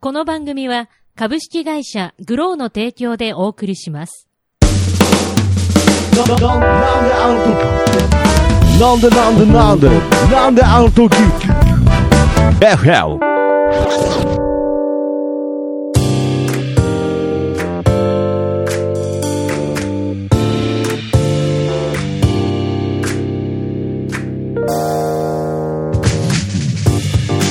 この番組は株式会社グローの提供でお送りします。 Landen, landen, auto. Landen, landen, landen. Landen, auto. RL.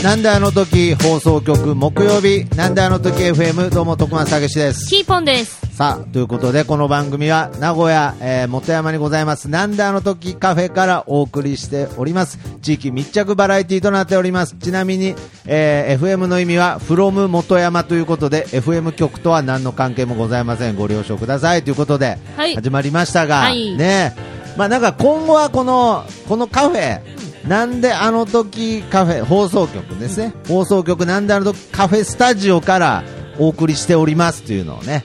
なんであの時放送局木曜日なんであの時 FM どうも徳松たけしですキーポンです。さあということでこの番組は名古屋、えー元山にございますなんであの時カフェからお送りしております地域密着バラエティとなっておりますちなみに、えー FM の意味は from 元山ということで FM 局とは何の関係もございませんご了承くださいということで、はい始まりましたが、はいねまあ、なんか今後はこのこのカフェなんであの時カフェ放送局ですね、放送局なんであの時カフェスタジオからお送りしておりますというのをね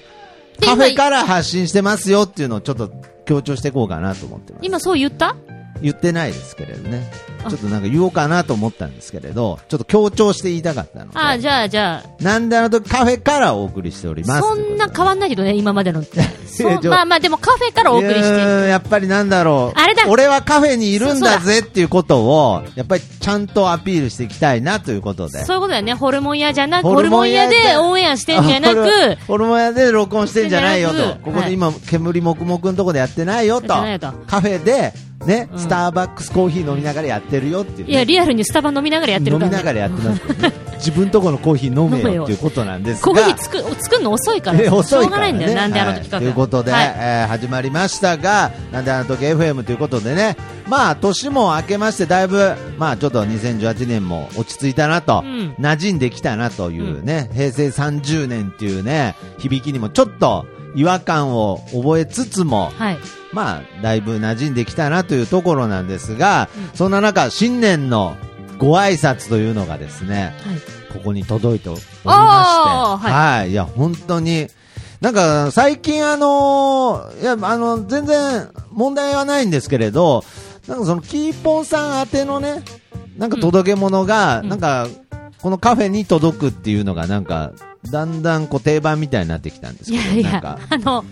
でカフ今ェから発信してますよっていうのをちょっと強調していこうかなと思ってます今そう言った言ってないですけれどねあちょっとなんか言おうかなと思ったんですけれどちょっと強調して言いたかったのああ、でじゃあじゃあ、なんであの時カフェからお送りしておりますそんな変わんないけどね、今まで のって。そいやうちょまあまあでもカフェからお送りしいてやる。ーやっぱりなんだろうあれだ俺はカフェにいるんだそうぜっていうことをやっぱりちゃんとアピールしていきたいなということでそういうことだよね。ホルモン屋じゃなく、ホルモン屋ホルモン屋ででオンエア してんじゃなあく、ホルホルモン屋で録音してんじゃないよしてんじゃとなくここで今煙もくもくのとこでやってないよとやってないよとカフェでねうんスターバックスコーヒー飲みながらやってるよっていういねや、リアルにスタバ飲みながらやってる飲かみら、ね。ながらやってますけどね 自分とこのコーヒー飲め飲めよよっていうことなんですコがーヒー作る作るの遅いから、え 遅しょいうがかならいんねだよ、なんであの時はかいということで、はいえー始まりましたがなんであの時 FM ということでねまあ年も明けましてだいぶまあちょっと2018年も落ち着いたなと、うん馴染んできたなというね、平成30年っていうね響きにもちょっと違和感を覚えつつも、はい。まあ、だいぶ馴染んできたなというところなんですが、そんな中、新年のご挨拶というのがですね、はいここに届いておりまして、あーはい、い、や、本当に、なんか、最近あのーいや、あの、全然問題はないんですけれど、なんかその、キーポンさん宛てのね、なんか届け物が、うんなんか、このカフェに届くっていうのが、なんか、だんだんこう定番みたいになってきたんですいけやど、いなんやか、、あの、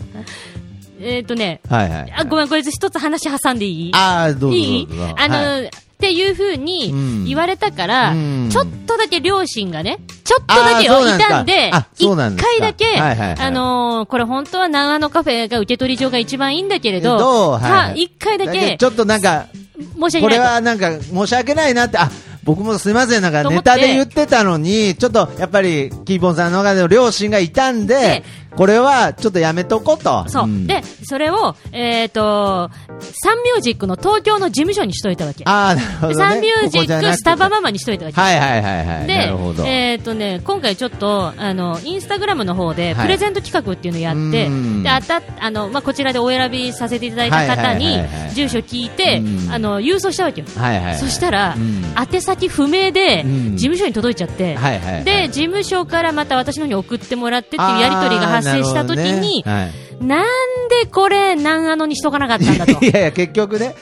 えっ、とね、はいはい、あ、ごめん、これ一つ話挟んでいいああ、どうぞどうぞ。いいあの、はいっていうふうに言われたから、うんちょっとだけ両親がね、ちょっとだけよあーそうなんいですかたんであ、一そうなんですか回だけ、はいはいはいあのーこれ本当は長野カフェが受け取り場が一番いいんだけれど、どうはいさあ一回だだけけどち、ょっとなんか、申し訳これないはなんか申し訳ないなって、あ僕もすみません、なんかと思っネてタで言ってたのに、ちょっとやっぱりキーボンさんの中での両親がいたんでで、これはちょっとやめとことと。。そう、んで、それを、えっ、と、サンミュージックの東京の事務所にしといたわけ。ああ、なるほでど、ね。サンミュージここじゃッなくクてスタバママにしといたわけ。はいはいはいはい。で、なるほど。えっ、とね、今回ちょっと、あの、インスタグラムの方で、はいプレゼント企画っていうのをやって、うんで、あた、あの、まあ、こちらでお選びさせていただいた方はにいはいはいは、い住所聞いてう、んあの、郵送したわけよ。はいはいはい。そしたらうん、宛先不明で、うん事務所に届いちゃってはいはいは、いで、事務所からまた私の方に送ってもらってっていうやりとりが発生した時にあー、なるほどねはいなんでこれ、なんあのにしとかなかった 。んだといやいや、結局ね、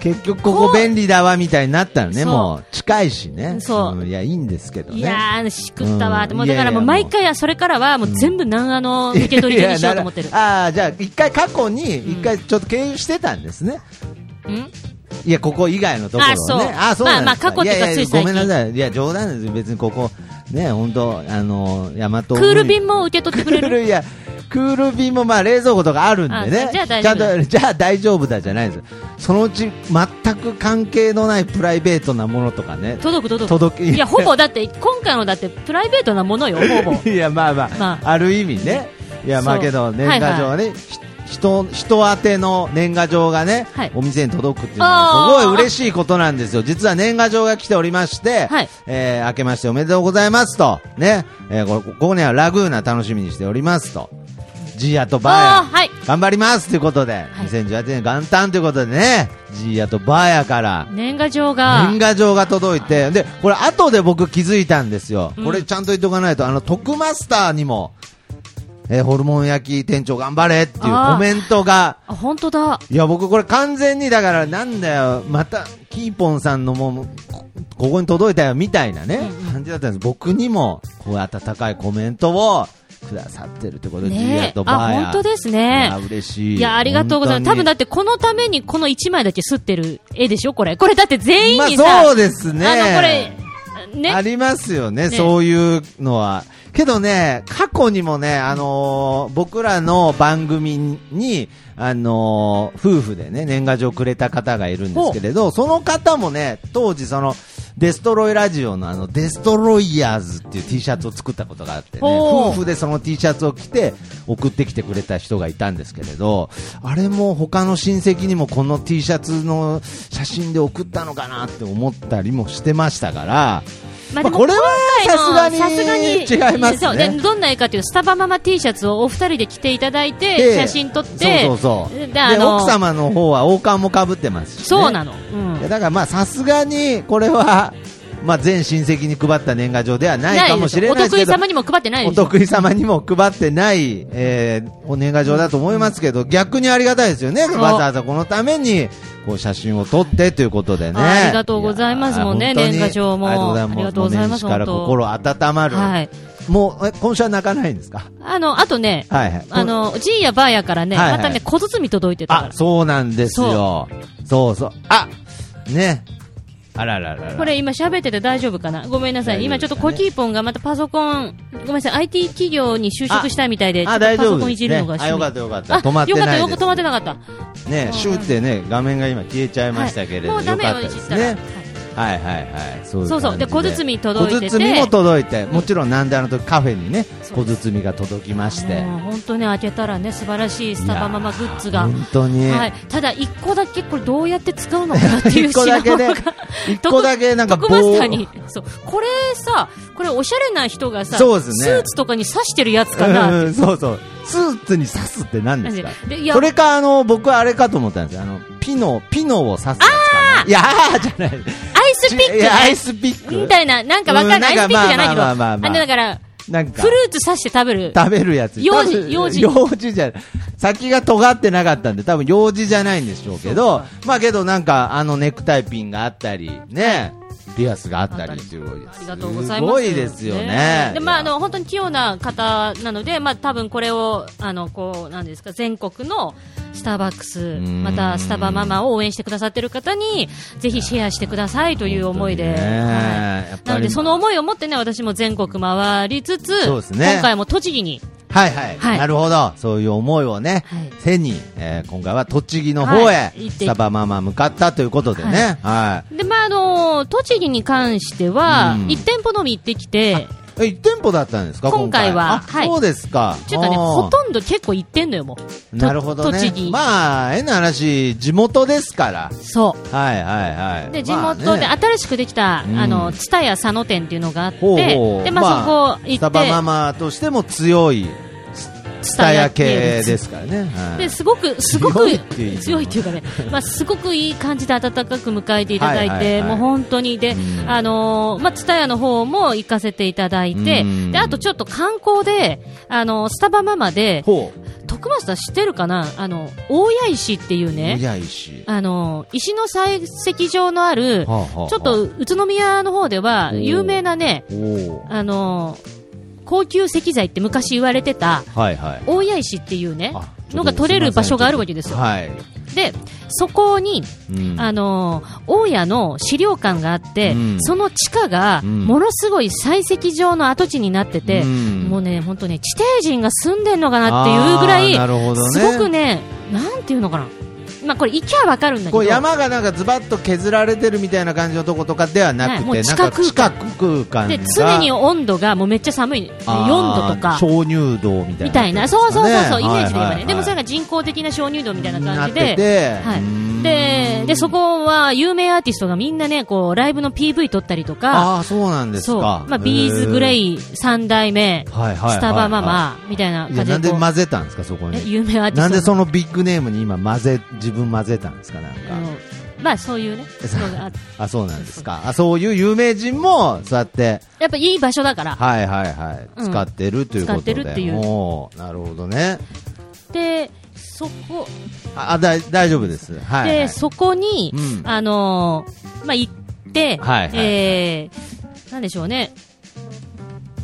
結局ここ便利だわみたいになったのね、そうもう近いしね。そうんいや、いいんですけどね。いやー、しくったわーって、もうだからうんいやいもやう毎回はそれからはもう全部なんあの受け取り手にしようと思ってるい。やいやなああ、じゃあ、一回過去に、一回ちょっと経由してたんですね。んいや、ここ以外のところをね。あそうあそうなんですかまあまあ過去っていうかややつい最近ごめんなさい。いや、冗談ですよ。別にここ、ね、本当あの、ヤマト。クール便も受け取ってクくれーる ル、いや、クール便もまあ冷蔵庫とかあるんでねあ。じゃあ大ち丈ゃ夫んだと、じゃあ大丈夫だじゃないです。そのうち、全く関係のないプライベートなものとかね。届く届く届くいやほぼだって今回のだってプライベートなも のよほぼいやまあまあ、まあ、る意味ねいやまあそうけど年賀状はね、ひ人人宛ての年賀状がね、はいお店に届くっていうのはあーすごい嬉しいことなんですよ、実は年賀状が来ておりまして、はいえー明けましておめでとうございますと、ねえーこここにはラグーナ楽しみにしておりますと、ジーヤとバーあーヤ、はい頑張りますということで、い2018年元旦ということでね、ジーヤとバーヤから、年賀状が年賀状が届いて、で、これ後で僕気づいたんですよ。うんこれちゃんと言っとかないと、あの、徳マスターにも、えーホルモン焼き店長頑張れっていうあーコメントが、あ、本当だ。いや、僕これ完全に、だからなんだよ、また、キーポンさんのもう、こここに届いたよ、みたいなね、感じだったんです。僕にも、こう温かいコメントを、くださってるってことで、ジーヤねとバーあ、ヤ本当ですいや、ね。嬉しい。いや、ありがとうございます。多分だ本ってこのためにこの1枚だけ吸ってる絵でしょこれ。これだって全員当ににさ。まあ、そうですね。あの、これ、ね。ありますよねねそういうのは。けどね、過去にもね、あのー僕らの番組に、あのー夫婦でね、年賀状くれた方がいるんですけれど、その方もね、当時その、デストロイラジオのあの、デストロイヤーズっていう T シャツを作ったことがあってね、ほう夫婦でその T シャツを着て送ってきてくれた人がいたんですけれど、あれも他の親戚にもこの T シャツの写真で送ったのかなって思ったりもしてましたから、まあ、まであもこれは今回のさすがにさすがに違いますねそうでどんな絵かというとスタバママ T シャツをお二人で着ていただいでて写真撮ってそうそうそうであでの奥様の方は王冠もかぶってますし、ね、そうなの、うんいやだからまあさすがにこれは、 まあ、全親戚に配った年賀状ではないかもしれないでですすお得け意ど様にも配ってないおでしょ得意様にも配ってない、えーお年賀状だと思いますけど、逆にありがたいですよね、そうわざわざこのためにこう写真を撮ってということでね、あありがとうございますやーもうね本当に年賀状もありがとうございます、あもうり年が始かとうらござい心温まる、はいもうえ今週は泣かないんですか、あのあとね、はいはい、あのじいやばあやからね、はいはいまたね小包届いてたかあら、そうなんですよ。そうそうあね。あらららら。これ今喋ってて大丈夫かなごめんなさい、大丈夫今ちょっとコキーポンがまたパソコンごめんなさい IT 企業に就職したいみたいでちょっあ、とパ大丈ソコ夫ンでいす、じるねのが。あ、趣味よかったよかった。止まってよかっなたいよでくす止まってなかったね、シューってね、画面が今消えちゃいましたけれど、はいもうダメよかったですいじった。ねらはいはいはいはい。そういうそうそう感じで小包届いてて小包も届いて、もちろんなんであの時カフェにね、そ小包が届きまして。もう本当ね開けたらね素晴らしいスタバママグッズがいやー本当に。はい、ただ一個だけこれどうやって使うのかなっていう一個だけね 品物が一個だけなんかトクマスターにそうこれさこれおしゃれな人がさそうですねスーツとかに刺してるやつかうな、んうんそうそう。スーツに刺すって何ですかでいやそれか、あの、僕はあれかと思ったんですよ。あの、ピノ、ピノを刺すやつかな。いやーじゃない。アイスピックいやアイねスピック。みたいななんかわかんないうんアイスピックじゃないけどまああまあまあまあまあのだからなんかフル、ーツ刺して食べる食べるやつ。幼児多分幼児幼児じゃない。先が尖ってなかったんで、多分幼児じゃないんでしょうけど、まあけどなんか、あのネクタイピンがあったり、ね、ピアスがあったりっていう。ありがとうございすます。ごいですよね。で、まあ、あの、本当に器用な方なので、まあ、多分これを、あの、こう、なんですか、全国のスターバックス、んまたスタバママを応援してくださってる方に、ぜひシェアしてくださいという思いで。本当にねはやっぱりい、なので、その思いを持ってね、私も全国回りつつ、そうですね今回も栃木に、はいはい、はいなるほど。そういう思いをね、はい背に、えー今回は栃木の方へ、はい行ってスタバママ向かったということでね。はで、まあ、あの、栃木に関しては、うん1店舗のみ行ってきて、い。え、1店舗だったんですか今今回回はあはいそうですか。ちょっとね、あーほとんど結構行ってんのよ、もう。となるほどね。栃木。まあ、変な話、地元ですから。そう。はいはいはい。で地まあ元でね新しくできた、うんあの蔦屋佐野店っていうのがあってほうほうでまあ、そこ行って、スタバママとしても強い、スタヤ系ですからね。はいですご くすごく強いっていう強いっていうかね、まあ、すごくいい感じで温かく迎えていただいて、はいはいはいもう本当にで、うんあのーまあ蔦屋の方も行かせていただいて、うんであとちょっと観光であのスタバママでほう。徳松さん知ってるかなあの大谷石っていうね宮石。あの石の採石場のある、はあはあちょっと宇都宮の方では有名なね、おお。あの高級石材って昔言われてたはいはい。大谷石っていうねあちょっとのが取れる場所があるわけですよ、はい。でそこに、うんあの大谷の資料館があって、うんその地下がうんものすごい採石場の跡地になってて、うんもうね本当ね地底人が住んでんのかなっていうぐらい、あーなるほどねすごくねなんていうのかなまあこれ行きゃわかるんだけこどう山がなんかズバッと削られてるみたいな感じのとことかではなはいくもうて、地な下んか空間地下空間でが常に温度がもうめっちゃ寒い4あー度とか鍾乳洞みたいなみたいな、そうそうそうそう、イメージで言えばね、でもそれがが人工的な鍾乳洞みたいなな感っじてで。て、うーはい、んででそこは有名アーティストがみんなねこうライブの PV 撮ったりとかああそうなんですかそう、まあ、ビーズグレイイ3代目、はいはいはいはいスタバママみたいない感やなじんででこう混ぜたんですかそこえに有名アーティストなんでそののビッグネームに今混ぜ自分混ぜたんですかなんかあのまあそういうねのがあってあそうなんですかあそういう有名人もそうやってやっぱいい場所だからはいはいはういん使ってるということ使で、ってるっていうおーなるほどねでそこああだい大丈夫ですはい、はいで、そこに、うんあのーまあ、行って、はいはいえーなんでしょうね。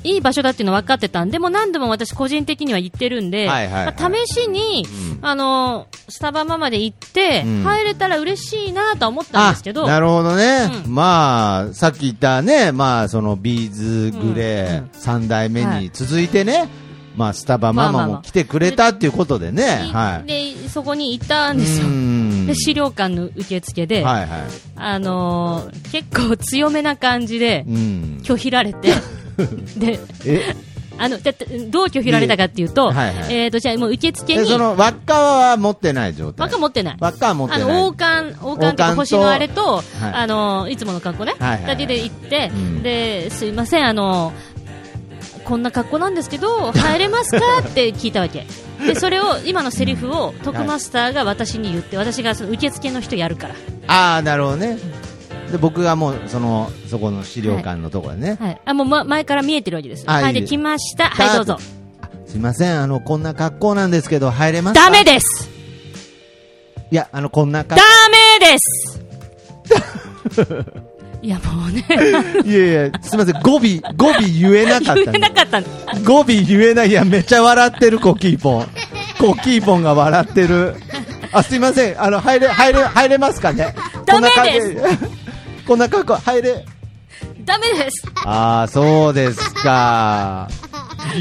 いい場所だっていうの分かってたんで、もう何度も私個人的には行ってるんで、はいはいはいまあ試しに、あのースタバマまで行って、うん入れたら嬉しいなとは思ったんですけど、あなるほどね、うまあさっき言ったね、まあ、そのビーズグレー3代目はにい続いてね、まあ、スタバマまあまマあまもあ来てくれたっていうことでね、はいで、そこに行ったんですよう。んで、資料館の受付で、はいはあのー結構強めな感じでい、うん、拒否られ て、で、えあの、じゃどう拒否られたかっていうと、いえはいはいえっ、と、じゃあもう受付えに、その輪っかは持ってない状態バカ持ってない。輪っかは持ってあないの王冠、王冠と王冠かと星のあれと、はいあのいつもの格好ね、はいはいはいだけで行って、うんですいません、あのこんな格好なんですけ ど、入れますかって聞いたわけ、でそれを今のセリフを徳マスターが私に言って、私がその受付の人やるから、ああなるほどねで僕がもうそのそこの資料館のところでね、はい、あもう、ま、前から見えてるわけです、あはい、いいでです来ました、はい、どうぞ、すいませんあのこんな格好なんですけど入れますかだめです、いやあのこんな格だめです。いやもうね、好いやいやすいません語尾語尾言えなかった言えん でなかったんだ語尾言えないいやめっちゃ笑ってるコキーポンコキーポンが笑ってるあすいませんあの入れ入れ入れますかねダメですこんな格好こんな格好入れダメです。ああそうですか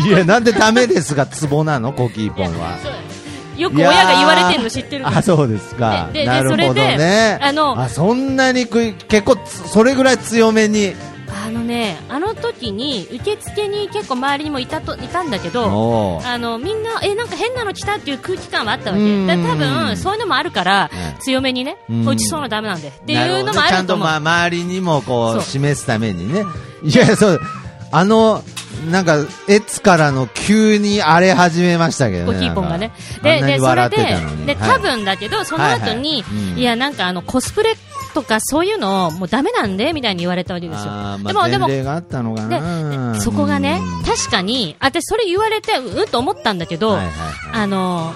いやなんでダメですがツボなのコキーポンは よく親が言われてるの知ってるからあそうですかでででなるほどねそれであのそんなにくい結構つそれぐらい強めにあのねあの時に受付に結構周りにもいたといたんだけどおーあのみんなえなんか変なの来たっていう空気感はあったわうけんだから多分そういうのもあるからうん強めにねうんうちそういうのダメなんでっていうのもなあるほどねちゃるんとと、思うまあ、周りにもこそうう示すためにねいやそうあのなんかエツからの急に荒れ始めましたけどゴねキーポンがねでなんかあんなにでそ笑れってたのでにではい多分だけどその後にはいはいうんいやなんかあのコスプレとかそういうのもうダメなんでみたいに言われたわけですよあーでまあもでも前例があったのかなでそこがねうん確かに私それ言われてうんと思ったんだけど、はいはいはいあの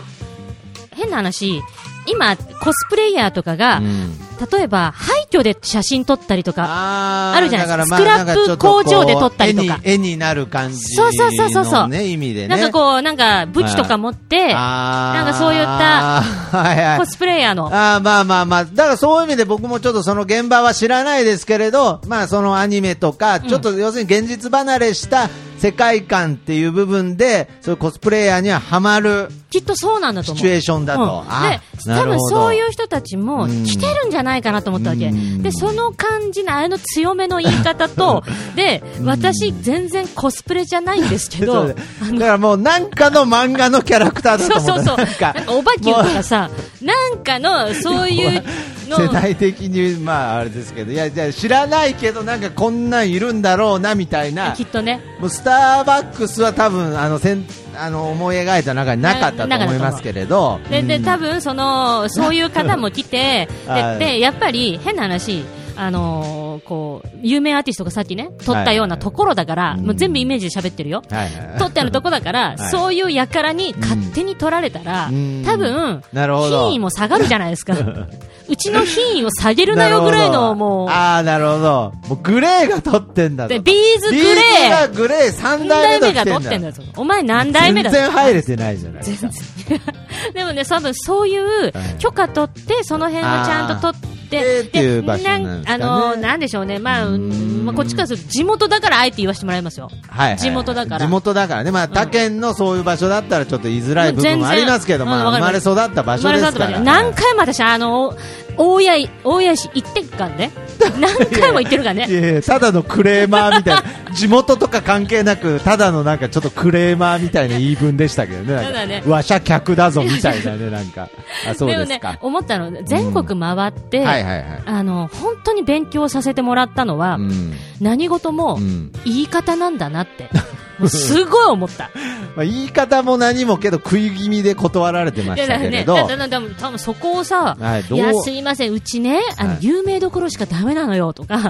変な話今コスプレイヤーとかが、うん例えば廃墟で写真撮ったりとかあーあるじゃないですかだスらクラップなんかちょっとこう工場で撮ったりとか絵に絵になる感じそうそうそうそうそうのね意味でねなんかこうなんか武器とか持って、ななんかそういったはいはいコスプレイヤーのあーまあまあまあ、だからそういう意味で僕もちょっとその現場は知らないですけれど、まあそのアニメとか、ちょっと要するに現実離れした世界観っていう部分で、そういうコスプレイヤーにはハマるきっとそうなんだとシ思う。チュエーションだと。うんあでな多る分ほどそういう人たちもうん来てるんじゃないかなと思ったわけ、うんでその感じのあれの強めの言い方 とで私、全然コスプレじゃないんですけ そうどだだからもうなんかの漫画のキャラクターだそとう思そうったそう。ななんんかか、おばきゅうともうかさ、なんかの、そういうの。世代的に、まああれですけど、いや、じゃあ知らないけど、なんかこんなんいるんだろうな、みたいなき。っとね。もうスターバックスは多分あのせんあの思い描いた中になかったとななかった思いますけれど、で、で、うん多分、その、そういう方も来て は、いで、でやっぱり、変な話、あのーこう、有名アーティストがさっきね、撮ったようなところだから、いはいもう全部イメージで喋ってるよ。はいはい撮ったようなとこだから、 はいそういう輩に勝手に撮られたら、うん多分、なるほど品位も下がるじゃないです か。うちの品位を下げるなよぐらいの、もう、ああーなるほどもうグレーが取ってんだとで、ビーズグレビーズーがグレー何三代代目目がが取取っっててんんだだぞ。お前何代目だ全然入れてないじゃないですか でもね、多分そういうはい許可取って、その辺はちゃんと取っあてー、っていう場所なんですかねあの、なんでしょうね。まあ、うんまあ、こっちからすると地元だからあえて言わせてもらいますよ。はいはい地元だから地元だからね、まあ、他県のそういう場所だったらちょっと言いづらい部分全も然ありますけど、まあうんわ生かまりれます育った場所です生まれか育らった場所何回も私、あの、大谷、大谷市行ってっから ね。何回も行ってるからいね。やいやただのクレーマーみたい な地元とか関係なくただのなんかちょっとクレーマーみたいな言い分でしたけどねなんかただねわしゃ客だぞみたいなねなんかあそうでもすねか、、思ったの、全国回って、はいはいはいあの、本当に勉強させてもらったのは、うん何事もうん言い方なんだなって。もうすごい思った。まあ、言い方も何もけど食い気味で断られてまいやしだたからけね、れだど、だだだ多分そこをさ、はいいどうや、すいません、うちね、あの、はい有名どころしかダメなのよと か、本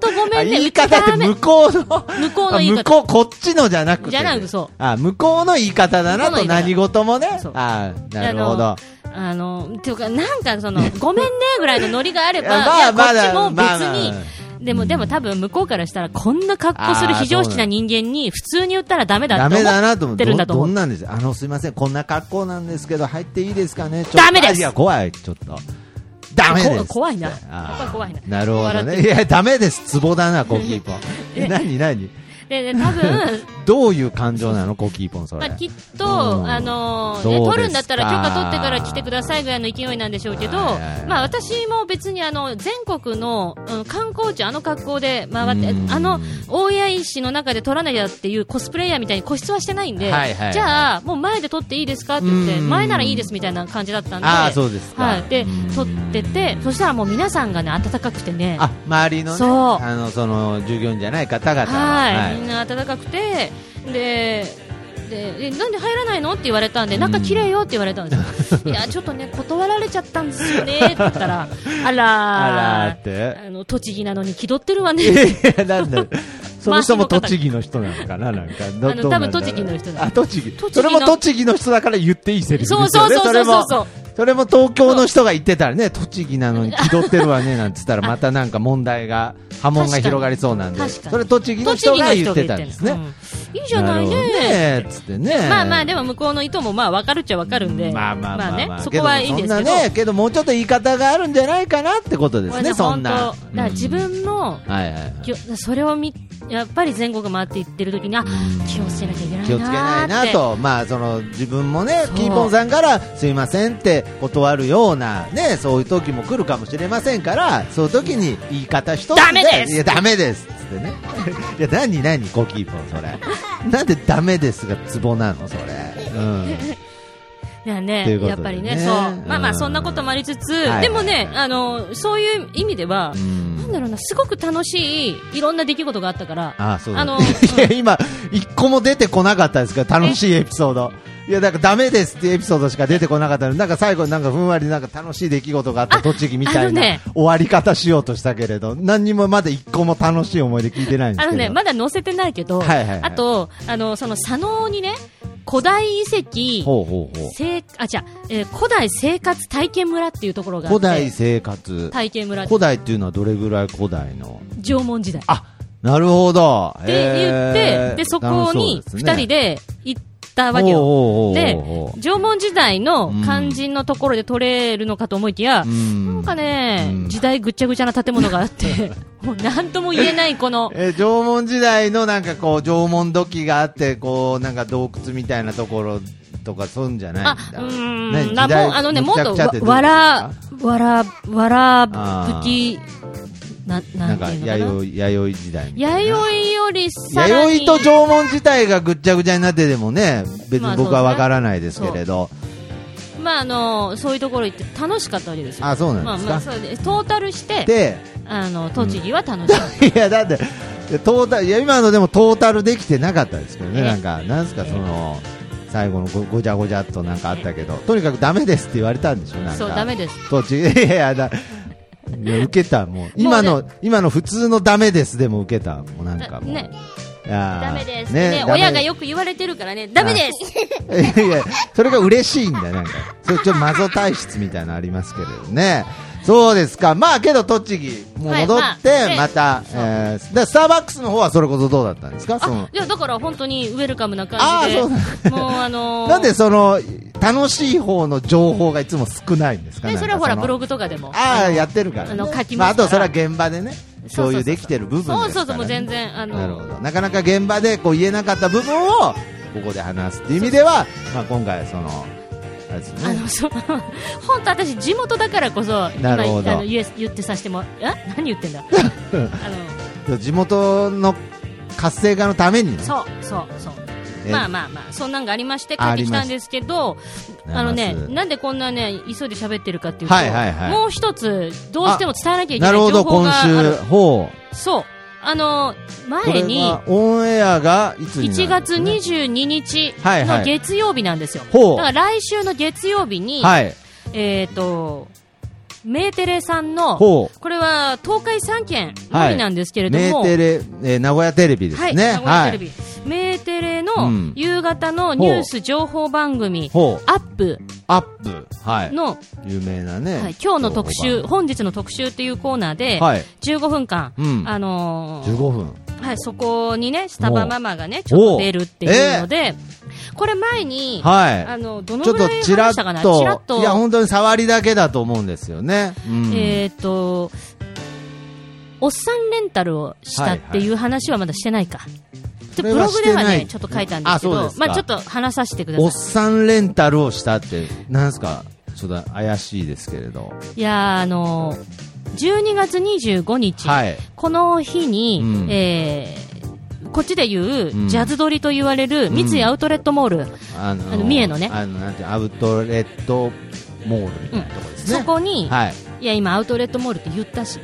当ごあめんね、言いちう方ってダメ向。こうの向こうの言いあ方向こうこっちのじゃなくてじゃなくそうあ向こうの言い方だ向なことうの言何い事もねそうあなるほどあの、っていうか、なんかその、ごめんねぐらいのノリがあれば、いいや まあや、こまっだちも別にまあま、でも、でも多分向こうからしたら、こんな格好する非常識な人間に、普通に言ったらダメだダってメだな思と思っっててるんだと思どどんう。なんですあのすいませんこんな格好なんですけど入っていいですかねちょっとダメですあいや怖いちょっとダメでこす怖いな。やっあーぱり怖いな。なるほど笑ってねいやダメですツボだ なコキーポンえ何何で、で多 分、どういう感情なのコキーポンそまれあ、きっうと、んあのそうね、ですか取るんだったら許可取ってから来てくださいぐらいの勢いなんでしょうけど、はいはいはいまあ、私も別にあの全国の、うん観光地、あの格好で回ってうん、あの大谷石の中で取らなきゃっていうコスプレイヤーみたいに個室はしてないんで、はいはいはいじゃあ、もう前で取っていいですかって言って、うん前ならいいですみたいな感じだったんで、あーそうですかはい、でうん取ってて、そしたらもう皆さんがね、温かくてね。あ周りのねそうあのその従業員じゃない方々はい、はみんな暖かくてででえなんで入らないのって言われたんで中綺麗よって言われたんです よいやちょっとね断られちゃったんですよねって言ったらあらーあらーってあの栃木なのに気取ってるわいやねいやなん だその人も栃木の人なのかななんかどあのどうなんだろ多分う栃木の人だあ栃木栃木それのも栃木の人だから言っていいセリフですよねそうそうそうそうれもそうそうそれも東京の人が言ってたらね栃木なのに気取ってるわ ねなんつったらまたなんか問題が波紋が広がりそうなんで確かにそれ栃木の人が言ってたんですね、うんいいじゃないるほどねねつってねまあまあでも向こうの意図もまあ分かるっちゃ分かるんで、まあまあまあ、まあねそこはいいんですけどけどもそんなねけどもうちょっと言い方があるんじゃないかなってことでこすれねねそん本当なだから自分のうんはいはいはいきょそれを見やっぱり全国回っていってる時にあ気をつけなきゃいけないなーって気をつけないなと、まあ、その自分もねそうキーポンさんからすいませんって断るような、ね、そういう時も来るかもしれませんからそういう時に言い方一つでダメですいやダメですっつってね いや何何コキーポンそれなんでダメですがツボなのそれ、うん、いやねということでねやっぱりね、そう、まあまうあんそんなこともありつつ、いでもね、あのそういう意味では、んなんだろうな、すごく楽しい、いろんな出来事があったから、ああそうだ、あの、 いや今一個も出てこなかったですから楽しいエピソードいやなんかダメですっていうエピソードしか出てこなかったのでなんか最後なんかふんわりなんか楽しい出来事があったあ栃木みたあいのな、ね終わり方しようとしたけれど何にもまだ一個も楽しい思い出聞いてないんであすのけどね、まだ載せてないけど、はいはいはいあと、あの、その佐野にね、古代遺跡、ほうほうほうせいあ、じゃえー古代生活体験村っていうところがあって、古代生活体験村、古代っていうのはどれぐらい古代の縄文時代。あなるほどっって言って、で、そこに二人で行ったわけよ。おうおうおうおで、う縄文時代の肝心のところで取れるのかと思いきや、んなんかね、うん時代ぐっちゃぐちゃな建物があ って、もうなんとも言えないこの、えー縄文時代のなんかこう縄文土器があってこうなんか洞窟みたいなところとかそんじゃないんだあ、うー何ん、な時代もうあのね、ぐもちっゃぐとちゃてどうわいうらこ、わら、わらぶあき、な、とですかななんんてかいうのかな。弥生弥生時代みたいな弥生よりさら弥に生と縄文自体がぐっちゃぐちゃになってでもね別に僕はわからないですけれど、まああの、そういうところ行って楽しかったわけですよ。あそうまなあんですか、まあ、そうでトータルして、であの、栃木は楽しかった。いやだってトータルいや今のでもトータルできてなかったですけどねえなんかなんすかその最後のごごちゃごちゃっとなんかあったけどとにかくダメですって言われたんでしょなんかそう、ダメです。途中、いやいや、だいや受けた、もう、今の、今の普通のダメですでも受けた、もうなんかもう。ね、いやーダメですってねダメ親がよく言われてるからね、ダメですいやいや、それが嬉しいんだよ、なんか。それちょっとマゾ体質みたいなのありますけれどね。そうですか。まあけど、栃木、もう戻っはいまて、あまた、そうえーでスターバックスの方はそれこそどうだったんですかそのあ、いや、だから本当にウェルカムな感じで。あーそうもうあのー、なんでその、楽しい方の情報がいつも少ないんですかえなんかそれはほら、のブログとかでも。ああ、やってるからね。あの書きままああすかと、らそれは現場でね、そうそうそうそう共有できてる部分ですからそねうそうそう、もう全然、あのーなるほどなかなか現場でこう言えなかった部分をここで話すっていう意味では、まあ、今回そのあれですあねの、そう、 本当私、地元だからこそ、なるほどあの言え言ってさせても、え何言ってん だあの、地元の活性化のためにねそう、そう、そう。えまあまあまあ、そんなんがありまして、帰あってきたんですけど、りましたあのあねりま、すなんでこんなね、急いで喋ってるかっていうと、はいはいはいもう一つ、どうしても伝えなきゃいけなないるほ情ど報今がある。週ほそう。あのこ前れにはオンエアがいつになる1月22日はいはのい月曜日なんですよ、ほうだから来週の月曜日に、はいえっ、とメーテレさんのこほうれは東海3県のみなんですけれどメも、ーテレ、えー名古屋テレビではすい、ね名古屋テレビ、メーテレうのん夕方のニュース情報番組、ほうアップアップはいの、有名なね、はい今日の特集、本日の特集っていうコーナーで、はい15分間、うんあのー15分はい、そこにね、スタバママがね、ちょっと出るっていうので、これ前に、はあの、どいのちょっぐらといちら話っしたかなとちらっと、いや本当に触りだけだと思うんですよね、うんえっ、と、おっさんレンタルをしたっていう話はまだしてないか。ちょそれブはロしグてでなはいね、ちょっと書いたんですけあそうどで、すかまあちょっと話させてくだおっささんレンタルをしたってなんですかちょっと怪しいですけれどい。いやー、あのー、12月25日、はいこの日に、うんえーこっちで言う、んジャズ撮りと言われる三井アウトレットモール、あのあの三重のねあのなんてアウトレットモールみたいなとこですね、そこに、はいいや今アウトレットモールって言ったし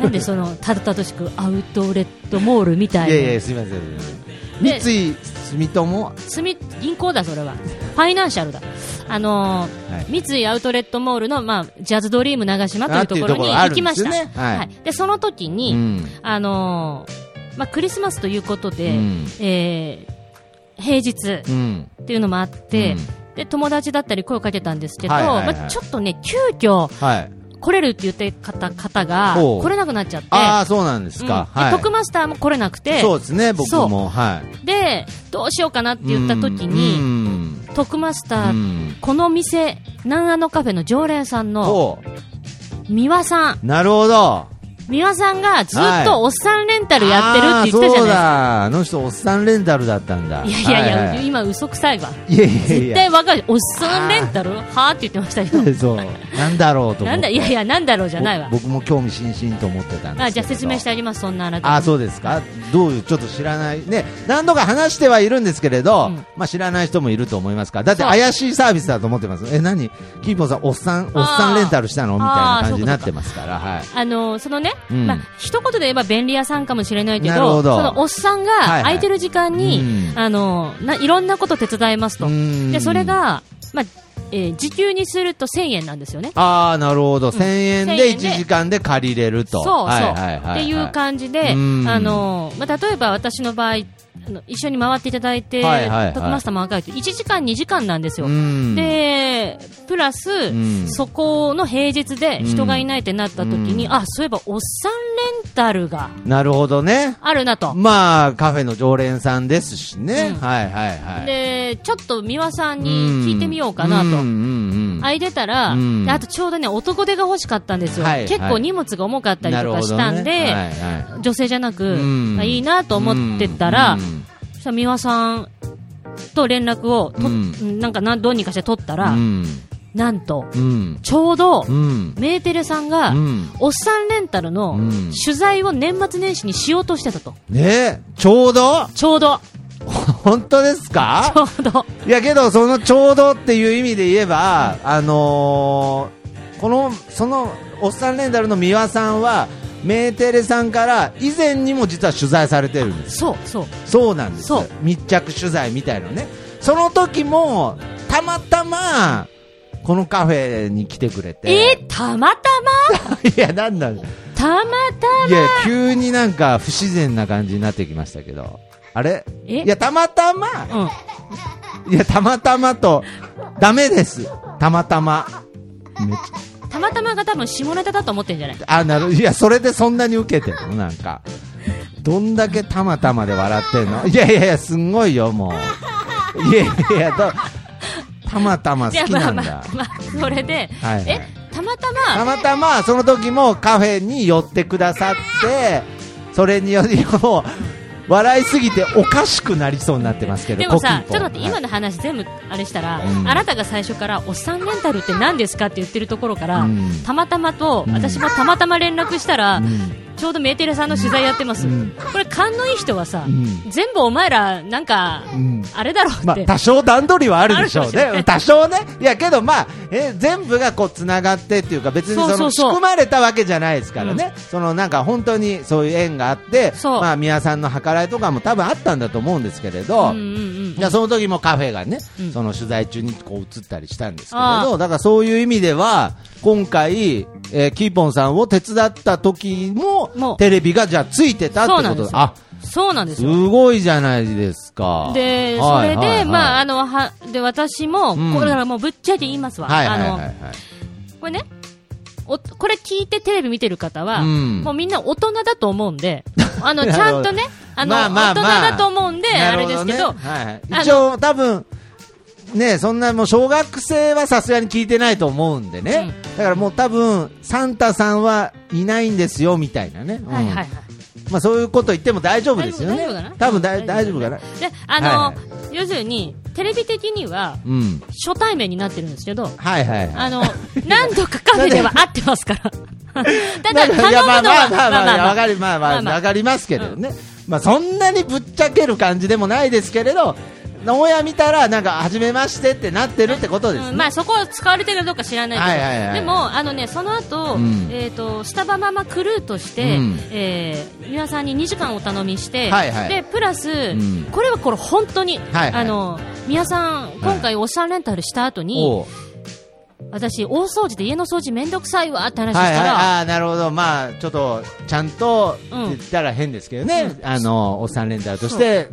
なんでそのたどたどしくアウトレットモールみたいいなやいやすみませんすみませんで三井住友住銀行だそれはファイナンシャルだあのーはい三井アウトレットモールの、まあ、ジャズドリーム長島というところにあっ行ていきうとまころあるんですしよたねはいでその時に、うんあのーまあ、クリスマスということで、うんえー平日うんっていうのもあって、うんで友達だったり声をかけたんですけど、はいはいはいまあ、ちょっとね急遽はい来れるって言ってた方がほう来れなくなっちゃってああそうなんですか、うんはでい徳マスターも来れなくてそうですね僕そもはいでどうしようかなって言った時にうん徳マスうター、んこの店南アのカフェの常連さんのほ三輪さんうなるほど三輪さんがずはっいとおっさんレンタルやってるって言ってたじゃないあーそうだあの人おっさんレンタルだったんだですかいやいやいや、はは今嘘くさいわいやいやいや絶対若いおっさんレンタルはあって言ってましたけど そうなんだろうと思ってなんだいやいやなんだろうじゃないわぼ僕も興味津々と思ってたんですけどあじゃあ説明してありますそんなあなたに あそうですか、どういう、ちょっと知らない、ね、何度か話してはいるんですけれど、うんまあ、知らない人もいると思いますから、だってそう怪しいサービスだと思ってます、え、何、キーポンさん、おっさん、おっさんレンタルしたのみたいな感じになってますから、はい、あのそのね、うんまあ一言で言えば便利屋さんかもしれないけなるほど、どそのおっさんがいはい空いてる時間に、うんあのないろんなこと手伝いますと、うんでそれが、まあえー時給にすると1000円なんですよね。ああ、なるほど、1000円1000で1円で時間で借りれるそと、うそう、はいはいはいはいっていう感じで、うんあのまあ、例えば私の場合あの一緒に回っていただいて、はいはいはい徳マスターも若いと1時間、2時間なんですよ、うんでプラス、んそこの平日で人がいないってなった時に、あそういえばおっさんレンタルがなるほどね、あるなと、まあ、カフェの常連さんですしね、うんはいはいはい。でちょっと美輪さんに聞いてみようかなと。うんうんうん空いてたら、うんであとちょうどね、男手が欲しかったんですよ、はい結は構い荷物が重かったりなとるほかどしたんで、ねはいはい女性じゃなく、うんまあいいなと思ってたら、うんそしたら美輪さんと連絡をと、うんなんかなんどうにかして取ったら、うんなんと、うんちょうど、うんメーテレさんが、うんおっさんレンタルのうん取材を年末年始にしようとしてたと、ねちょうどちょうど、本当ですちかょうど、いやけどそのちょうどっていう意味で言えばあのーこのそのおっさんレンダルの三輪さんはメーテレさんから以前にも実は取材されてるんですそうそう、そうなんですそう密着取材みたいなのねその時もたまたまこのカフェに来てくれえてーたまたま、 いやなんなんたまたいや、急になんか不自然な感じになってきましたけど。あれえいや、たまたま、ま、うん、いや、たまたまと、ダメです。たまたま。めっちたまたまが多分下ネタだと思ってんじゃないゃあ、なる、いや、それでそんなに受けてるのなんか。どんだけたまたまで笑ってんのいやいやいや、すんごいよ、もう。いやいやいや、どたまたま好きなんだ。いやまあまあまあそれで、はいはいえたまたたままたまその時もカフェに寄ってくださってそれによりもう笑いすぎておかしくなりそうになってますけどでもさ、ちょコキっとンポン待って、今の話全部あれしたら、うんあなたが最初から、おっさんレンタルって何ですかって言ってるところから、うんたまたまと、うん私もたまたま連絡したら、うんちょうどメーテレさんの取材やってます、うんこれ勘のいい人はさ、うん全部お前らなんか、んあれだろうって、まあ、多少段取りはあるでしょうあるかもしれなね、い多少ね、いやけど、まあえー全部がこうつながってっていうか、別にそうそそのう仕そう組まれたわけじゃないですからね、そのなんか本当にそういう縁があって、そうまあ宮さんの計らいとかも多分あったんだと思うんですけれうんど。うんうんいやその時もカフェがね、うんその取材中にこう映ったりしたんですけれあど、あだからそういう意味では、今回、えーキーポンさんを手伝った時もも、うテレビがじゃあついてたってそうこなとんですよあそうなんですすよごいじゃないですか。で、そはいれで、はいはいまあ、あの、は、で、私も、うんこれからもうぶっちゃけ言いますわ。はいはいはいはあいの、これね、お、これ聞いてテレビ見てる方は、うんもうみんな大人だと思うん で、あの、ちなるほどゃんとね、あの、まあまあまあ大人だと思うんで、あれですけど、なるほどねあはのい、一応多分ねそんなもう小学生はさすがに聞いてないと思うんでね、だからもう多分サンタさんはいないんですよみたいなね、うんはいはいはい。まあそういうこと言っても大丈夫ですよね大丈夫かな多分だ大丈夫かなで、あの、はいは要するに、テレビ的には、うん初対面になってるんですけど、はいはいはいあの、何度かカフェでは会ってます から。ただ、頼むのいやまは、あまあまあまあわかる。りまあままああまあわかりますけどね、まあそんなにぶっちゃける感じでもないですけれどオンエア見たらなんか初めましてってなってるってことですね、うんまあそこは使われてるかどうか知らないけど、はいはいはいでもあのねその後、うんえっ、とスタバママクルーとして、うんえー、皆さんに2時間お頼みして、はいはいでプラス、んこれはこれ本当に、はいはいあの皆さん今回おっさんレンタルした後に、おう私大掃除で家の掃除めんどくさいわって話しはいたはい、ら、ああーなるほど、まあ、ちょっとちゃんとってうん言ったら変ですけどね、うあのおっさんレンタルとして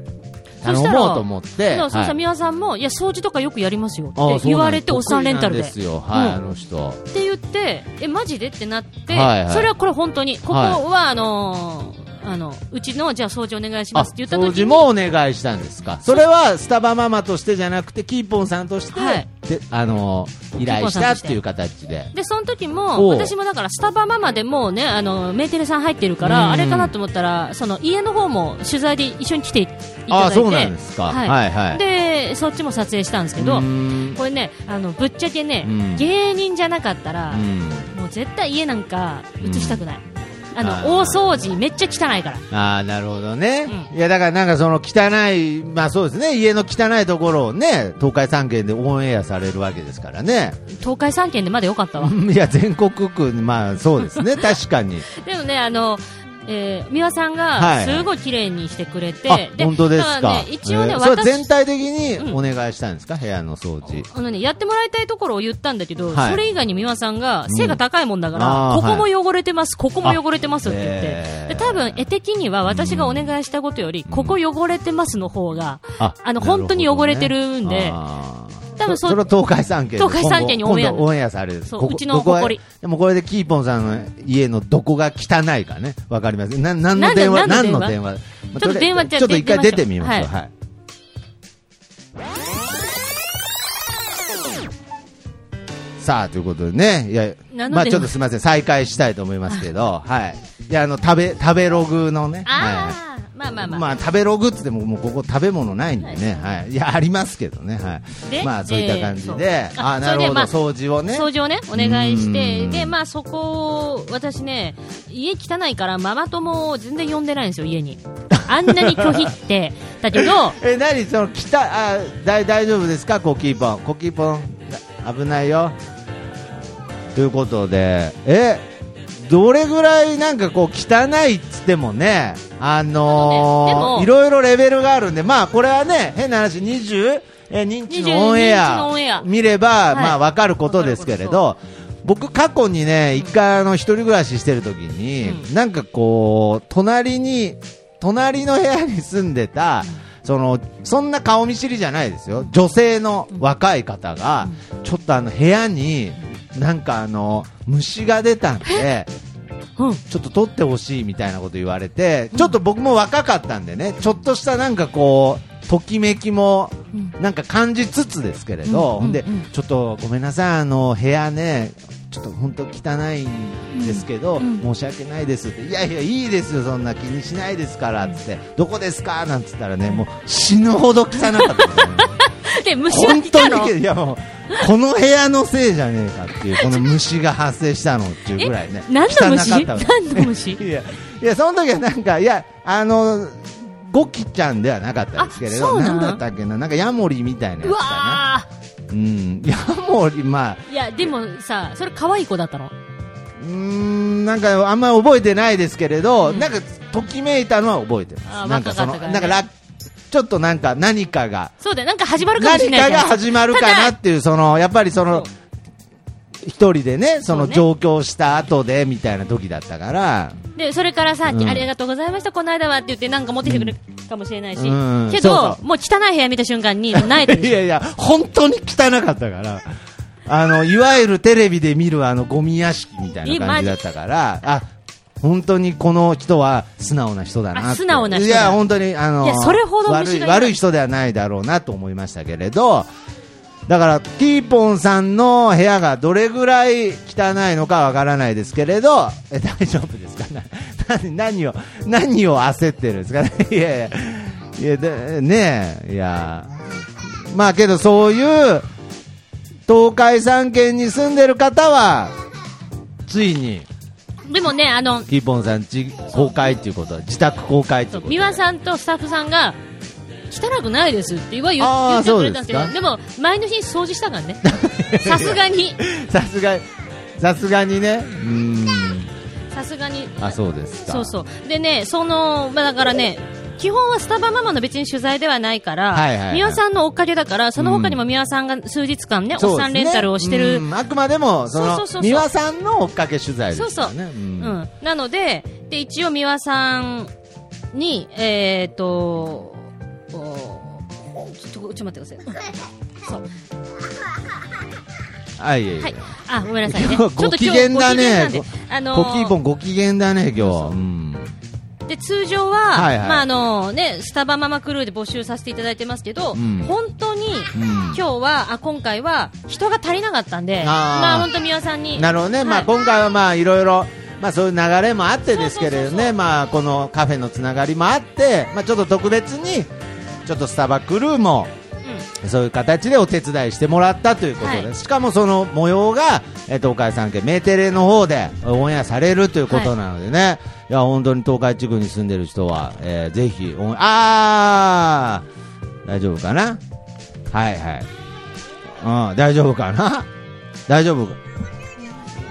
そ頼したらもうと思って、でもそしたらはい宮さんも、いや、掃除とかよくやりますよあーって言われて、そうなんおっさんレンタルで。得意なんですよ、はいうんあの人、って言って、え、マジでってなって、はいはいそれはこれ本当に、ここはいは、あのーあの、うちの、じゃあ掃除お願いしますって言った掃時除に、もお願いしたんですか、それはスタバママとしてじゃなくて、キーポンさんとして、はいであの依頼したっていう形で。で、その時おも、う私もだから、スタバママでもうね、あの、メーテレさん入ってるかうんら、あれかなと思ったら、その、家の方も取材で一緒に来ていただいて、ああそうなんですか、はい。はいはいで、そっちも撮影したんですけうーど、んこれね、あの、ぶっちゃけね、うん芸人じゃなかったら、うんもう絶対家なんか映したくない、あのあー大掃除めっちゃ汚いからああなるほどね、うんいやだからなんかその汚いまあそうですね家の汚いところをね東海3県でオンエアされるわけですからね東海3県でまだよかったわいや全国区まあそ うですね確かにでもねあのえー、美輪さんはがいすごい綺麗にしてくれて、あ本当ですだからね、一応ね、えーそれは私全体的にうんお願いしたんですか、部屋の掃除あのね、やってもらいたいところを言ったんだけど、はいそれ以外に美輪さんが背が高いもんだから、あーここも汚れてます、ここも汚れてますって言っあて、へーで多分絵的には私がお願いしたことより、ここ汚れてますの方が、ああの本当に汚れてるんであー多分そそそれは東海3県で東海三県にオ今度ンエア今度オンエアされるそうここうちの誇りここはでもこれでキーポンさんの家のどこが汚いかねわかりますな何のなんで電話何のの電電話、まあちょっと電話りあじゃえずあちょっと一回出出ててみみままししょょううはいさあということでねいや何の電話まあちょっとすみません再開したいと思いますけどはいいやあの食べ食べログのねはいあー、まあまあまあ、まあ食べログっつってももうここ食べ物ないんでね、はい、いやありますけどね、はでい、まあそういった感じで、えーそうああなるほど、そ掃除をね、掃除をね、お願いしうて、んで、まあそこを、私ね、家汚いからママ友を全然呼んでないんですよ、家に。あんなに拒否 って、だけど、え何その来たあだ大丈夫ですかコキーポンコキーポンだ危ないよということでえどれぐらいなんかこう汚いっつってもねああののねでーもいろいろレベルがあるんでまあこれはね変な話20え認知のオンエ22日アのオンエア見れば、いまあわかることですけれど僕過去にね一回あの一人暮らししてる時に、うんなんかこう隣に隣の部屋に住んでた、そのそんな顔見知りじゃないですよ女性の若い方が、ちょっとあの部屋になんかあの虫が出たんでうん、ちょっと取ってほしいみたいなこと言われて、ちょっと僕も若かったんでねちょっとしたなんかこうときめきもうんなんか感じつつですけれうど、んほんで、うんうんちょっとごめんなさい、あの部屋ね、ちょっと本当汚いんですけど、うん申し訳ないですって、いやいや、いいですよ、そんな気にしないですからっつって、どこですか なんつったらね、もう死ぬほど汚かったですね、で、虫が本来た当のに、いやもう、この部屋のせいじゃねえかっていうこの虫が発生したのっていうぐらいね何の虫汚か何ったわけの 虫いやいやその時はなんかいやあのゴキちゃんではなかったですけれあそどうななんんだったっけななんかヤモリみたいなうやつわかあなうんヤモリまあいやでもさそれ可愛い子だったのうーんなんかあんまり覚えてないですけれど、うんなんかときめいたのは覚えてあーますなんかその若かなったんかからねラちょっとなんか何かがそうだよなんか始まるかもしれ何ないじかがゃん始まるかなっていうそのやっぱりそのそう一人でねそそうのね上京した後でみたいな時だったからでそれからさ、うんありがとうございました、この間はって言って、なんか持ってきてくれるかもしれないし、うんけどそうそうもう汚い部屋見た瞬間に、ないでしょいやいや、本当に汚かったから。あの、いわゆるテレビで見るあの、ゴミ屋敷みたいな感じだったから、あ、本当にこの人は素直な人だなってあ素直な人だいや、本当に、あの、いやそれほど悪虫い、がいない悪い人ではないだろうなと思いましたけれど、だから、ティーポンさんの部屋がどれぐらい汚いのかわからないですけれど、え大丈夫ですか な何何を、何を焦ってるんですかね いやいや、いやでねえ、いや、まあけどそういう東海3県に住んでる方は、つ いに、でもね、あのティーポンさんち公開っていうことは、自宅公開っていうこと美輪んさんとスタッフさんが、汚くないですって言わ言言あーってくれたんですけど、そうでですも、前の日に掃除したから ね、さすがに、さすが、さすがにね、うーん、さすがに、あ、そうですか。そうそう、でね、その、まあ、だからね、基本はスタバママの別に取材ではないから、はいはいはい美輪さんのおかげだから、その他にも美輪さんが数日間ね、おっさんレンタルをしてるうんあくまでもそそうのそうそうそう美輪さんの追っかけ取材ですそうそかう、らねんうん、なのでで一応、美輪さんに、えー、とおちょっとちょっと待ってください、そうあいえいえはい、あごめんなさいね、今日ちょっと ご機嫌だ今ね日ご機嫌なんであのごーきぼんご機嫌だね今日うんで通常は、はいはいまああのね、スタバママクルーで募集させていただいてますけど、うん本当に、今日はあ今回は人が足りなかったんで、あーまあ、本当、美輪さんに。なるほどね、はいまあ今回はまあいろいろまあそういう流れもあってですけれどそうそうそうそねうまあこのカフェのつながりもあってまあちょっと特別にちょっとスタバクルーもうんそういう形でお手伝いしてもらったということです、はいしかもその模様が、えー東海三県メテレの方でオンエアされるということなのでね、い、や本当に東海地区に住んでる人は、えーぜひオンあー大丈夫かなはいはい、うん、大丈夫かな大丈夫か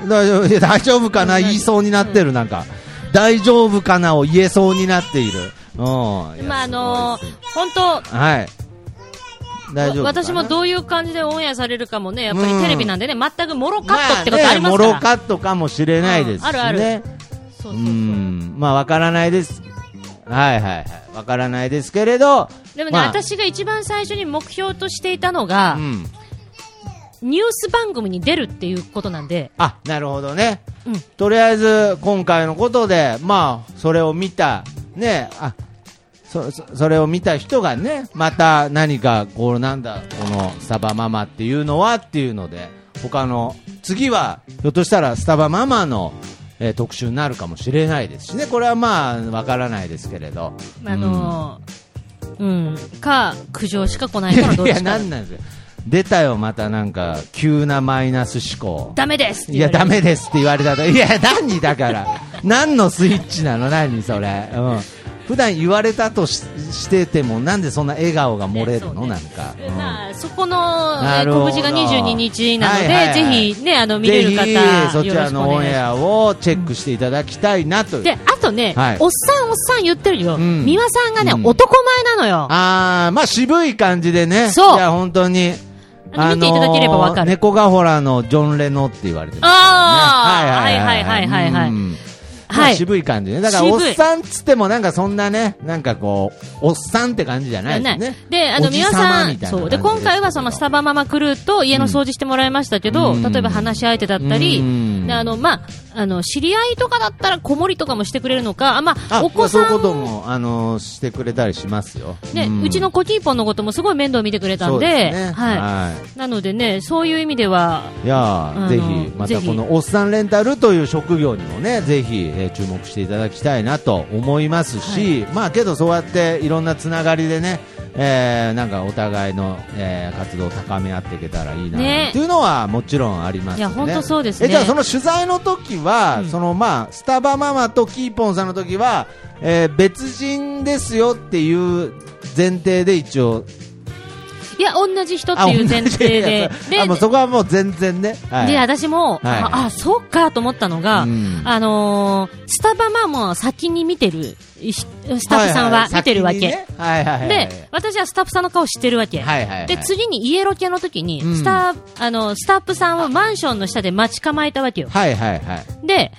大丈夫いや大丈夫かなうん言いそうになってるなんか大丈夫かなを言えそうになっているうんいやまああのすごいです本当はい。大丈夫かな。わ私もどういう感じでオンエアされるかもね、やっぱりテレビなんでね、全くもろカットってことありますかまあねら。もろカットかもしれないですしね。うんあるあそううそうそううん。まあ、わからないです。はいはいはい。わからないですけれど。でもね、まあ、私が一番最初に目標としていたのが、うん。ニュース番組に出るっていうことなんで、あ、なるほどね。うんとりあえず、今回のことで、まあ、それを見た、ね、あ、そ、そそれを見た人がね、また何か、こう、なんだ、この、スタバママっていうのはっていうので、他の、次は、ひょっとしたら、スタバママの、えー特集になるかもしれないですしね、これはまあ、わからないですけれど。あのーうん、か、苦情しか来ないからど っいや、ちかな。んなんですよ。出たよ、またなんか、急なマイナス思考。ダメですってい言われや、るダメですって言われたと。いや、何だから。何のスイッチなの何それ。うん。普段言われたとししてても、なんでそんな笑顔が漏れるの、ねなんか。えうんまあ、そこの、えなーるほど告示が22日なので、はいはいはいぜひね、あの、見れる方、ぜよひ、ろそしちくお願いらしのオンエまアをチェックしていただきたいなといす。う。で、あとね、はいおっさんおっさん言ってるよ。うん美輪さんがね、うん男前なのよ。あー、まあ渋い感じでね。そういや、本当に。あの見ていただければわかるあのー猫がほらのジョン・レノって言われてます、ね。あーはいはいはいはいはいうんまはあい。渋い感じね。だから、渋おっいさんっつっても、なんかそんなね、なんかこう、おっさんって感じじゃないですね。で、あの、おじ皆ささまんみ、たいなそう。感で、じすけど今回はそのスタバママクルーと家の掃除してもらいましたけど、うん例えば話し相手だったり、うんであの、まあ、あの、知り合いとかだったら子守とかもしてくれるのか、あ、まあ、あお子さそういうことん、も、あのーしてくれたりしますよ。ね、んうちのコキーポンのこともすごい面倒見てくれたんそうで、すは。ねはいなのでね、そういう意味では、い。いやあのー、ぜひ、まぜたひこのおっさんレンタルという職業にもね、ぜひ、えー注目していただきたいなと思いますし、まあけどそうやっていろんなつながりでね、えーなんかお互いの、えー活動を高め合っていけたらいいな、ねっていうのはもちろんありますね。いやほんとそうですねえじゃあその取材の時は、うんそのまあスタバママとキーポンさんの時は、えー別人ですよっていう前提で一応。いや、同じ人っていう前提であ同。じであもうそこはもう全然ね。はいで、私も、はいあ、あそうかと思ったのが、うんあのースタバマも先に見てる、ひスタッフさんは見てるわけ。いいはいはいはいはいで、私はスタッフさんの顔知ってるわけ。はいはいはいで、次に家ロケの時に、うんスタ、あの、スタッフさんをマンションの下で待ち構えたわけよ。はいはいはい。で、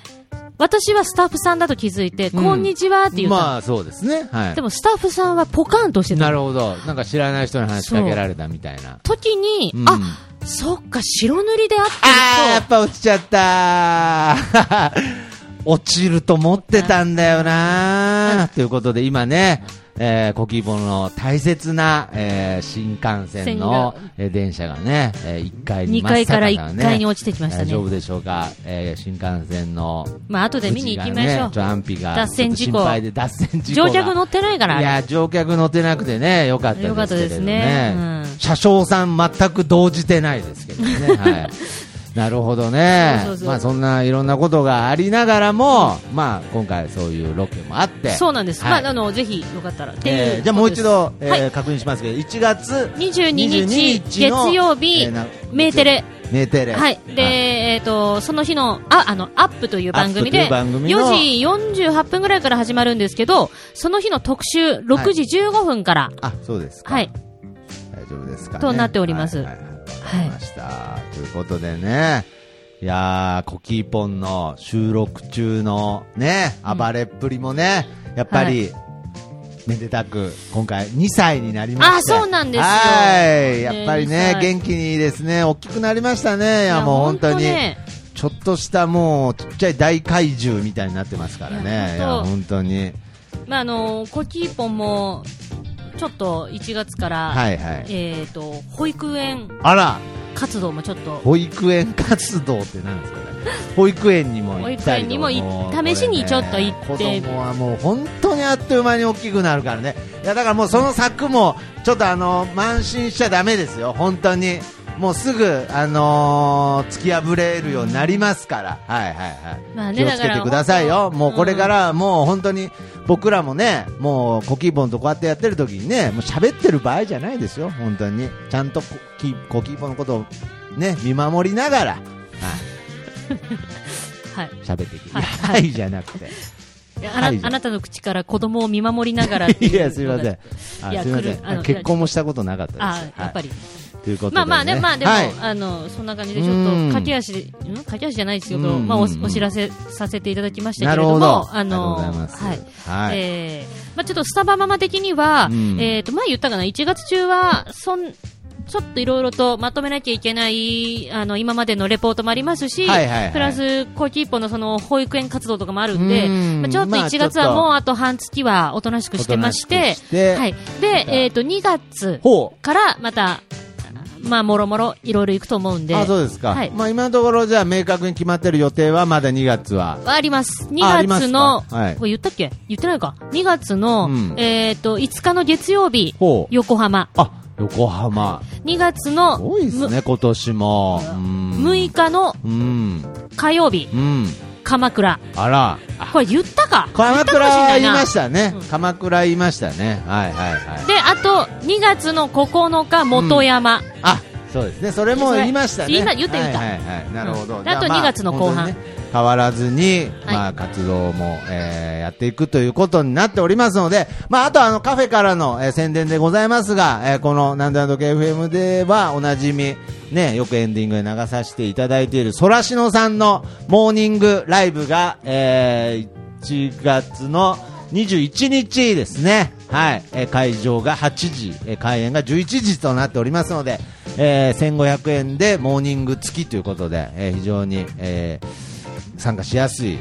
私はスタッフさんだと気づいて、うんこんにちはって言ったの、まあそうですね。はい。でもスタッフさんはポカンとしてたの。なるほど。なんか知らない人に話しかけられたみたいな。時に、うんあ、そっか、白塗りであってるあー、やとっ、ぱ落ちちゃった ー。落ちると思ってたんだよなー。ということで今ね、えー、コキーボの大切な、えー、新幹線の線えー電車がね、えー、1階に2階から真っ1逆な階ねに落ちてきました大ね丈。夫でしょうか、えー、新幹線のまあ、後で見に行きましょちょっと安否う。が脱線事ちょっと故心。配で脱線事故乗が客乗ってないから、あいれや乗客乗ってなくてねよかったでよすけれどねかったですねうん車掌さん全く動じてないですけどね、 はい、なるほどねそうそうそうまあそんないろんなことがありながらも、まあ今回そういうロケもあってそうなんです。はいまあ、あの、ぜひ、よかったら。っていうことでえーすじゃあもう一度、えーはい確認しますけど1月22日の月曜日なメーテレメーテレはい。で、えっ、と、その日の、あ、あの、アップという番組アッで、プという番組の4時48分ぐらいから始まるんですけど、その日の特集、6時15分から、あそうですかはい。大丈夫ですか、ね、となっておりますはいはいはい、わかりました、ということでね、いやー、コキーポンの収録中のね、暴れっぷりもね、やっぱり、めでたく、今回2歳になりました。あそうなんですよはい。やっぱりね二、ね歳元気にですね、大きくなりましたね。いいや、もう本当に。ね、ちょっとしたもうちっちゃい大怪獣みたいになってますからね、いいやや本当本当に、まあ、あの、コキーポンも、ちょっと1月から、はいはい、えっ、と、保育園あら、活動もちょっと、保育園活動ってなんですかね保育園にも行ったりとか保育園にも行っ試しにちょっと行ってこれね子供はもう本当にあっという間に大きくなるからねいやだからもうその柵もちょっとあの慢心しちゃだめですよ本当にもうすぐあのー突き破れるようになりますから、はいはいはい、まあね気をつけてくださいだからよ本当もうこれからもう本当に僕らもねもうコキーボンとこうやってやってる時にねもう喋ってる場合じゃないですよ本当にちゃんとコキコキーボンのことをね見守りながら、はいはい。喋っていき、はいはい、じゃなくて。あなはいじゃんあなたの口から子供を見守りながらって ういや、すみません。あいやすみま来せるあん。の結婚もしたことなかったです。あやっぱり、はいということで、まあまあね、まあでも、はいあのそんな感じでちょっとうん駆け足で、ん駆け足じゃないですけうんうんど、うんまあおお知らせさせていただきましたけれなるどほもど。、あのありがとうございます。はい。はい。えーまあちょっとスタバママ的には、うんえっ、と前言ったかな、1月中はそんちょっといろいろとまとめなきゃいけない、あの、今までのレポートもありますし、はいはいはいプラス、コーキーポンのその、保育園活動とかもあるんで、うんまあちょっとまあ1ちょっと月はもうあと半月はおとなしくしてましおとなて、しくしてはい。で、えっ、と、2月ほう。からまた、まあ、もろもろいろいろ行くと思うんで、あ、そうですか。はいまあ今のところ、じゃあ明確に決まってる予定はまだ2月は。はあります。ああ2ります月かの、はいこれ言ったっけ言ってないか。2月の、うんえっ、と、5日の月曜日、ほう。横浜。あ、横浜。 2月の、すごいですね、今年も。うんむ6日のうん。火曜日、うん。鎌倉。あら。あこれ言ったか鎌倉は言いましたたねうん。鎌倉言いましたね。はいはいはい。で、あと、2月の9日、元山。あそうですね、それも言いましたね。言いま言った言ったはいはいはい、なるほど。うんじゃあとま2月の後半本当にね変わらずに、まあ、活動も、えーやっていくということになっておりますので、まあ、あとあのカフェからの、えー宣伝でございますが、えーこのなんだなんだ FM ではおなじみ、ね、よくエンディングで流させていただいているそらしのさんのモーニングライブが、えー1月の21日ですね。はい。えー会場が8時、えー開演が11時となっておりますので、えー1500円でモーニング付きということで、えー非常に、えー参加しやすい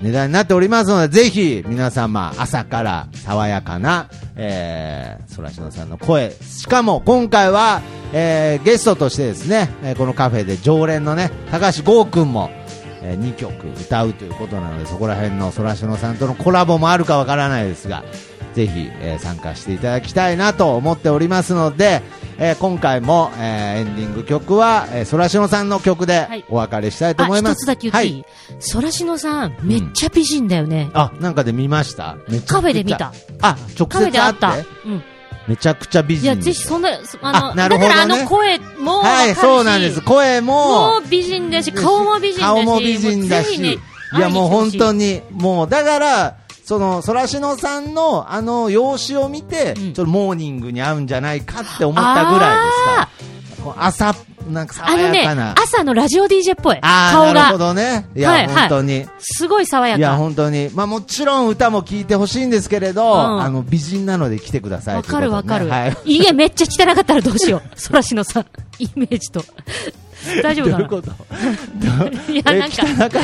値段になっておりますので、ぜひ皆様、朝から爽やかな、えー、そらしのさんの声、しかも今回は、えーゲストとしてですね、えーこのカフェで常連のね、高橋剛くんも、え2曲歌うということなのでそこら辺のそらしのさんとのコラボもあるかわからないですが、ぜひ、えー参加していただきたいなと思っておりますので、えー今回も、えーエンディング曲は、えー、そらしのさんの曲ではいお別れしたいとあ、思いま一す。つだけ言っていはいいそらしのさん、めっちゃ美人だよね。あ、なんかで見ましためちゃくちゃカフェで見た。あ、直接会ってカフェで会った。うん。めちゃくちゃ美い人。や、ぜひそんな、そああの、なるだほどかねらあの声もわかはるい、し、そうなんです。声もも、う美人だし、顔も美人だし、顔も美人だもうぜし、ひねいやもう本当に。に、もうだから、その、そらしのさんのあの容姿を見て、うんちょっとモーニングに合うんじゃないかって思ったぐらいですから。こう朝、なんかあ爽のやねかな。、朝のラジオ DJ っぽい。あー顔なるほが。どね。いや、はいはい本当に。すごい爽やいやか。本当に、まあ、もちろん歌も聴いてほしいんですけれど、んあの美人なので来てくださいわかるわかとるいうことでねはい、。いや、めっちゃ汚かったらどうしよう。そらしのさん、 イメージと。大丈夫どかういうな こといや、なんか、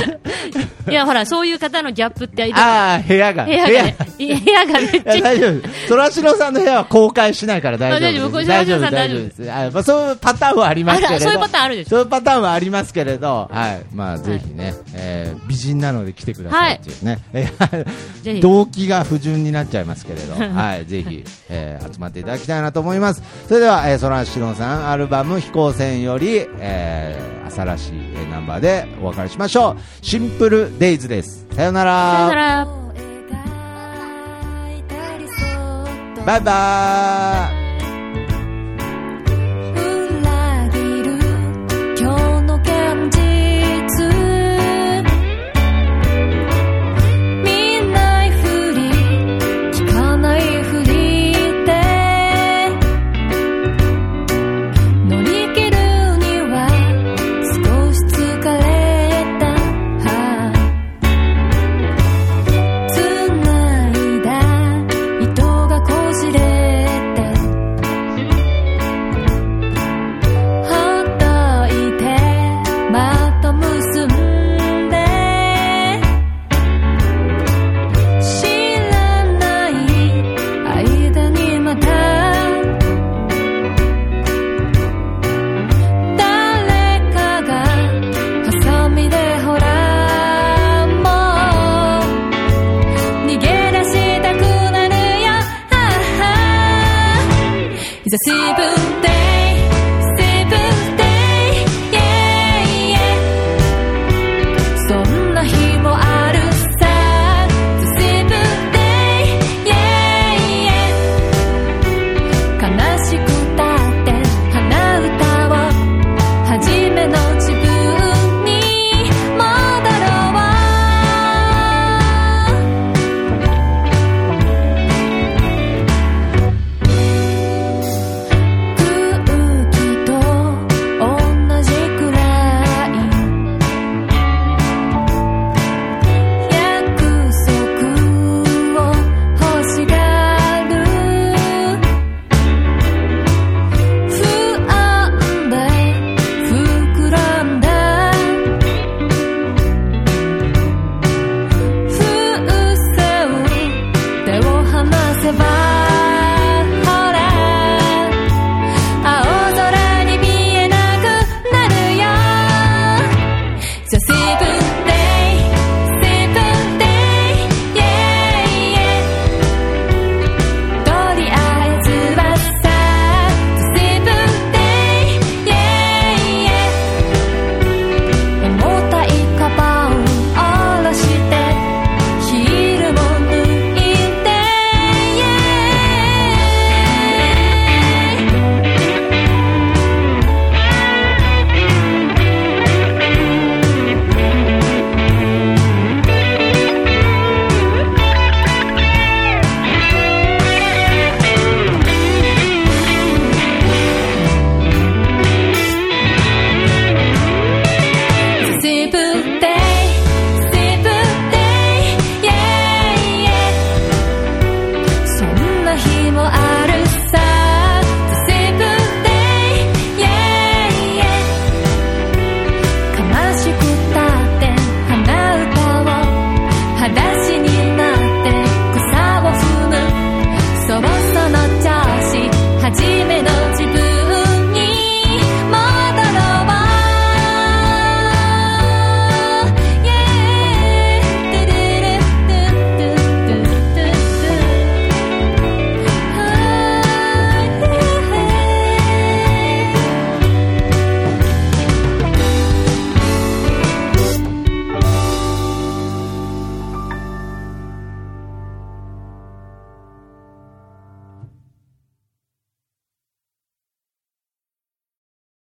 いや、ほら、そういう方のギャップって、ああ、部屋が。部屋がね、部屋がめっちゃいや大丈夫です。そらしのさんの部屋は公開しないから大丈夫あです。大丈夫これそらしのさん大丈夫です。あまあ、そういうパターンはありますけれあど。らそういうパターンあるでしょそういうパターンはありますけれど、はい。まあ、ぜひね、えー美人なので来てくださいっていうね。 ぜえひ動機が不純になっちゃいますけれど、 はい。ぜひ、えー集まっていただきたいなと思います。それでは、えー、そらしのさんアルバム飛行船より、えー朝らしいえーナンバーでお別れしましょう。シンプルデイズです。さよなら。さよなら。 「描いたりそっと」バイバーイ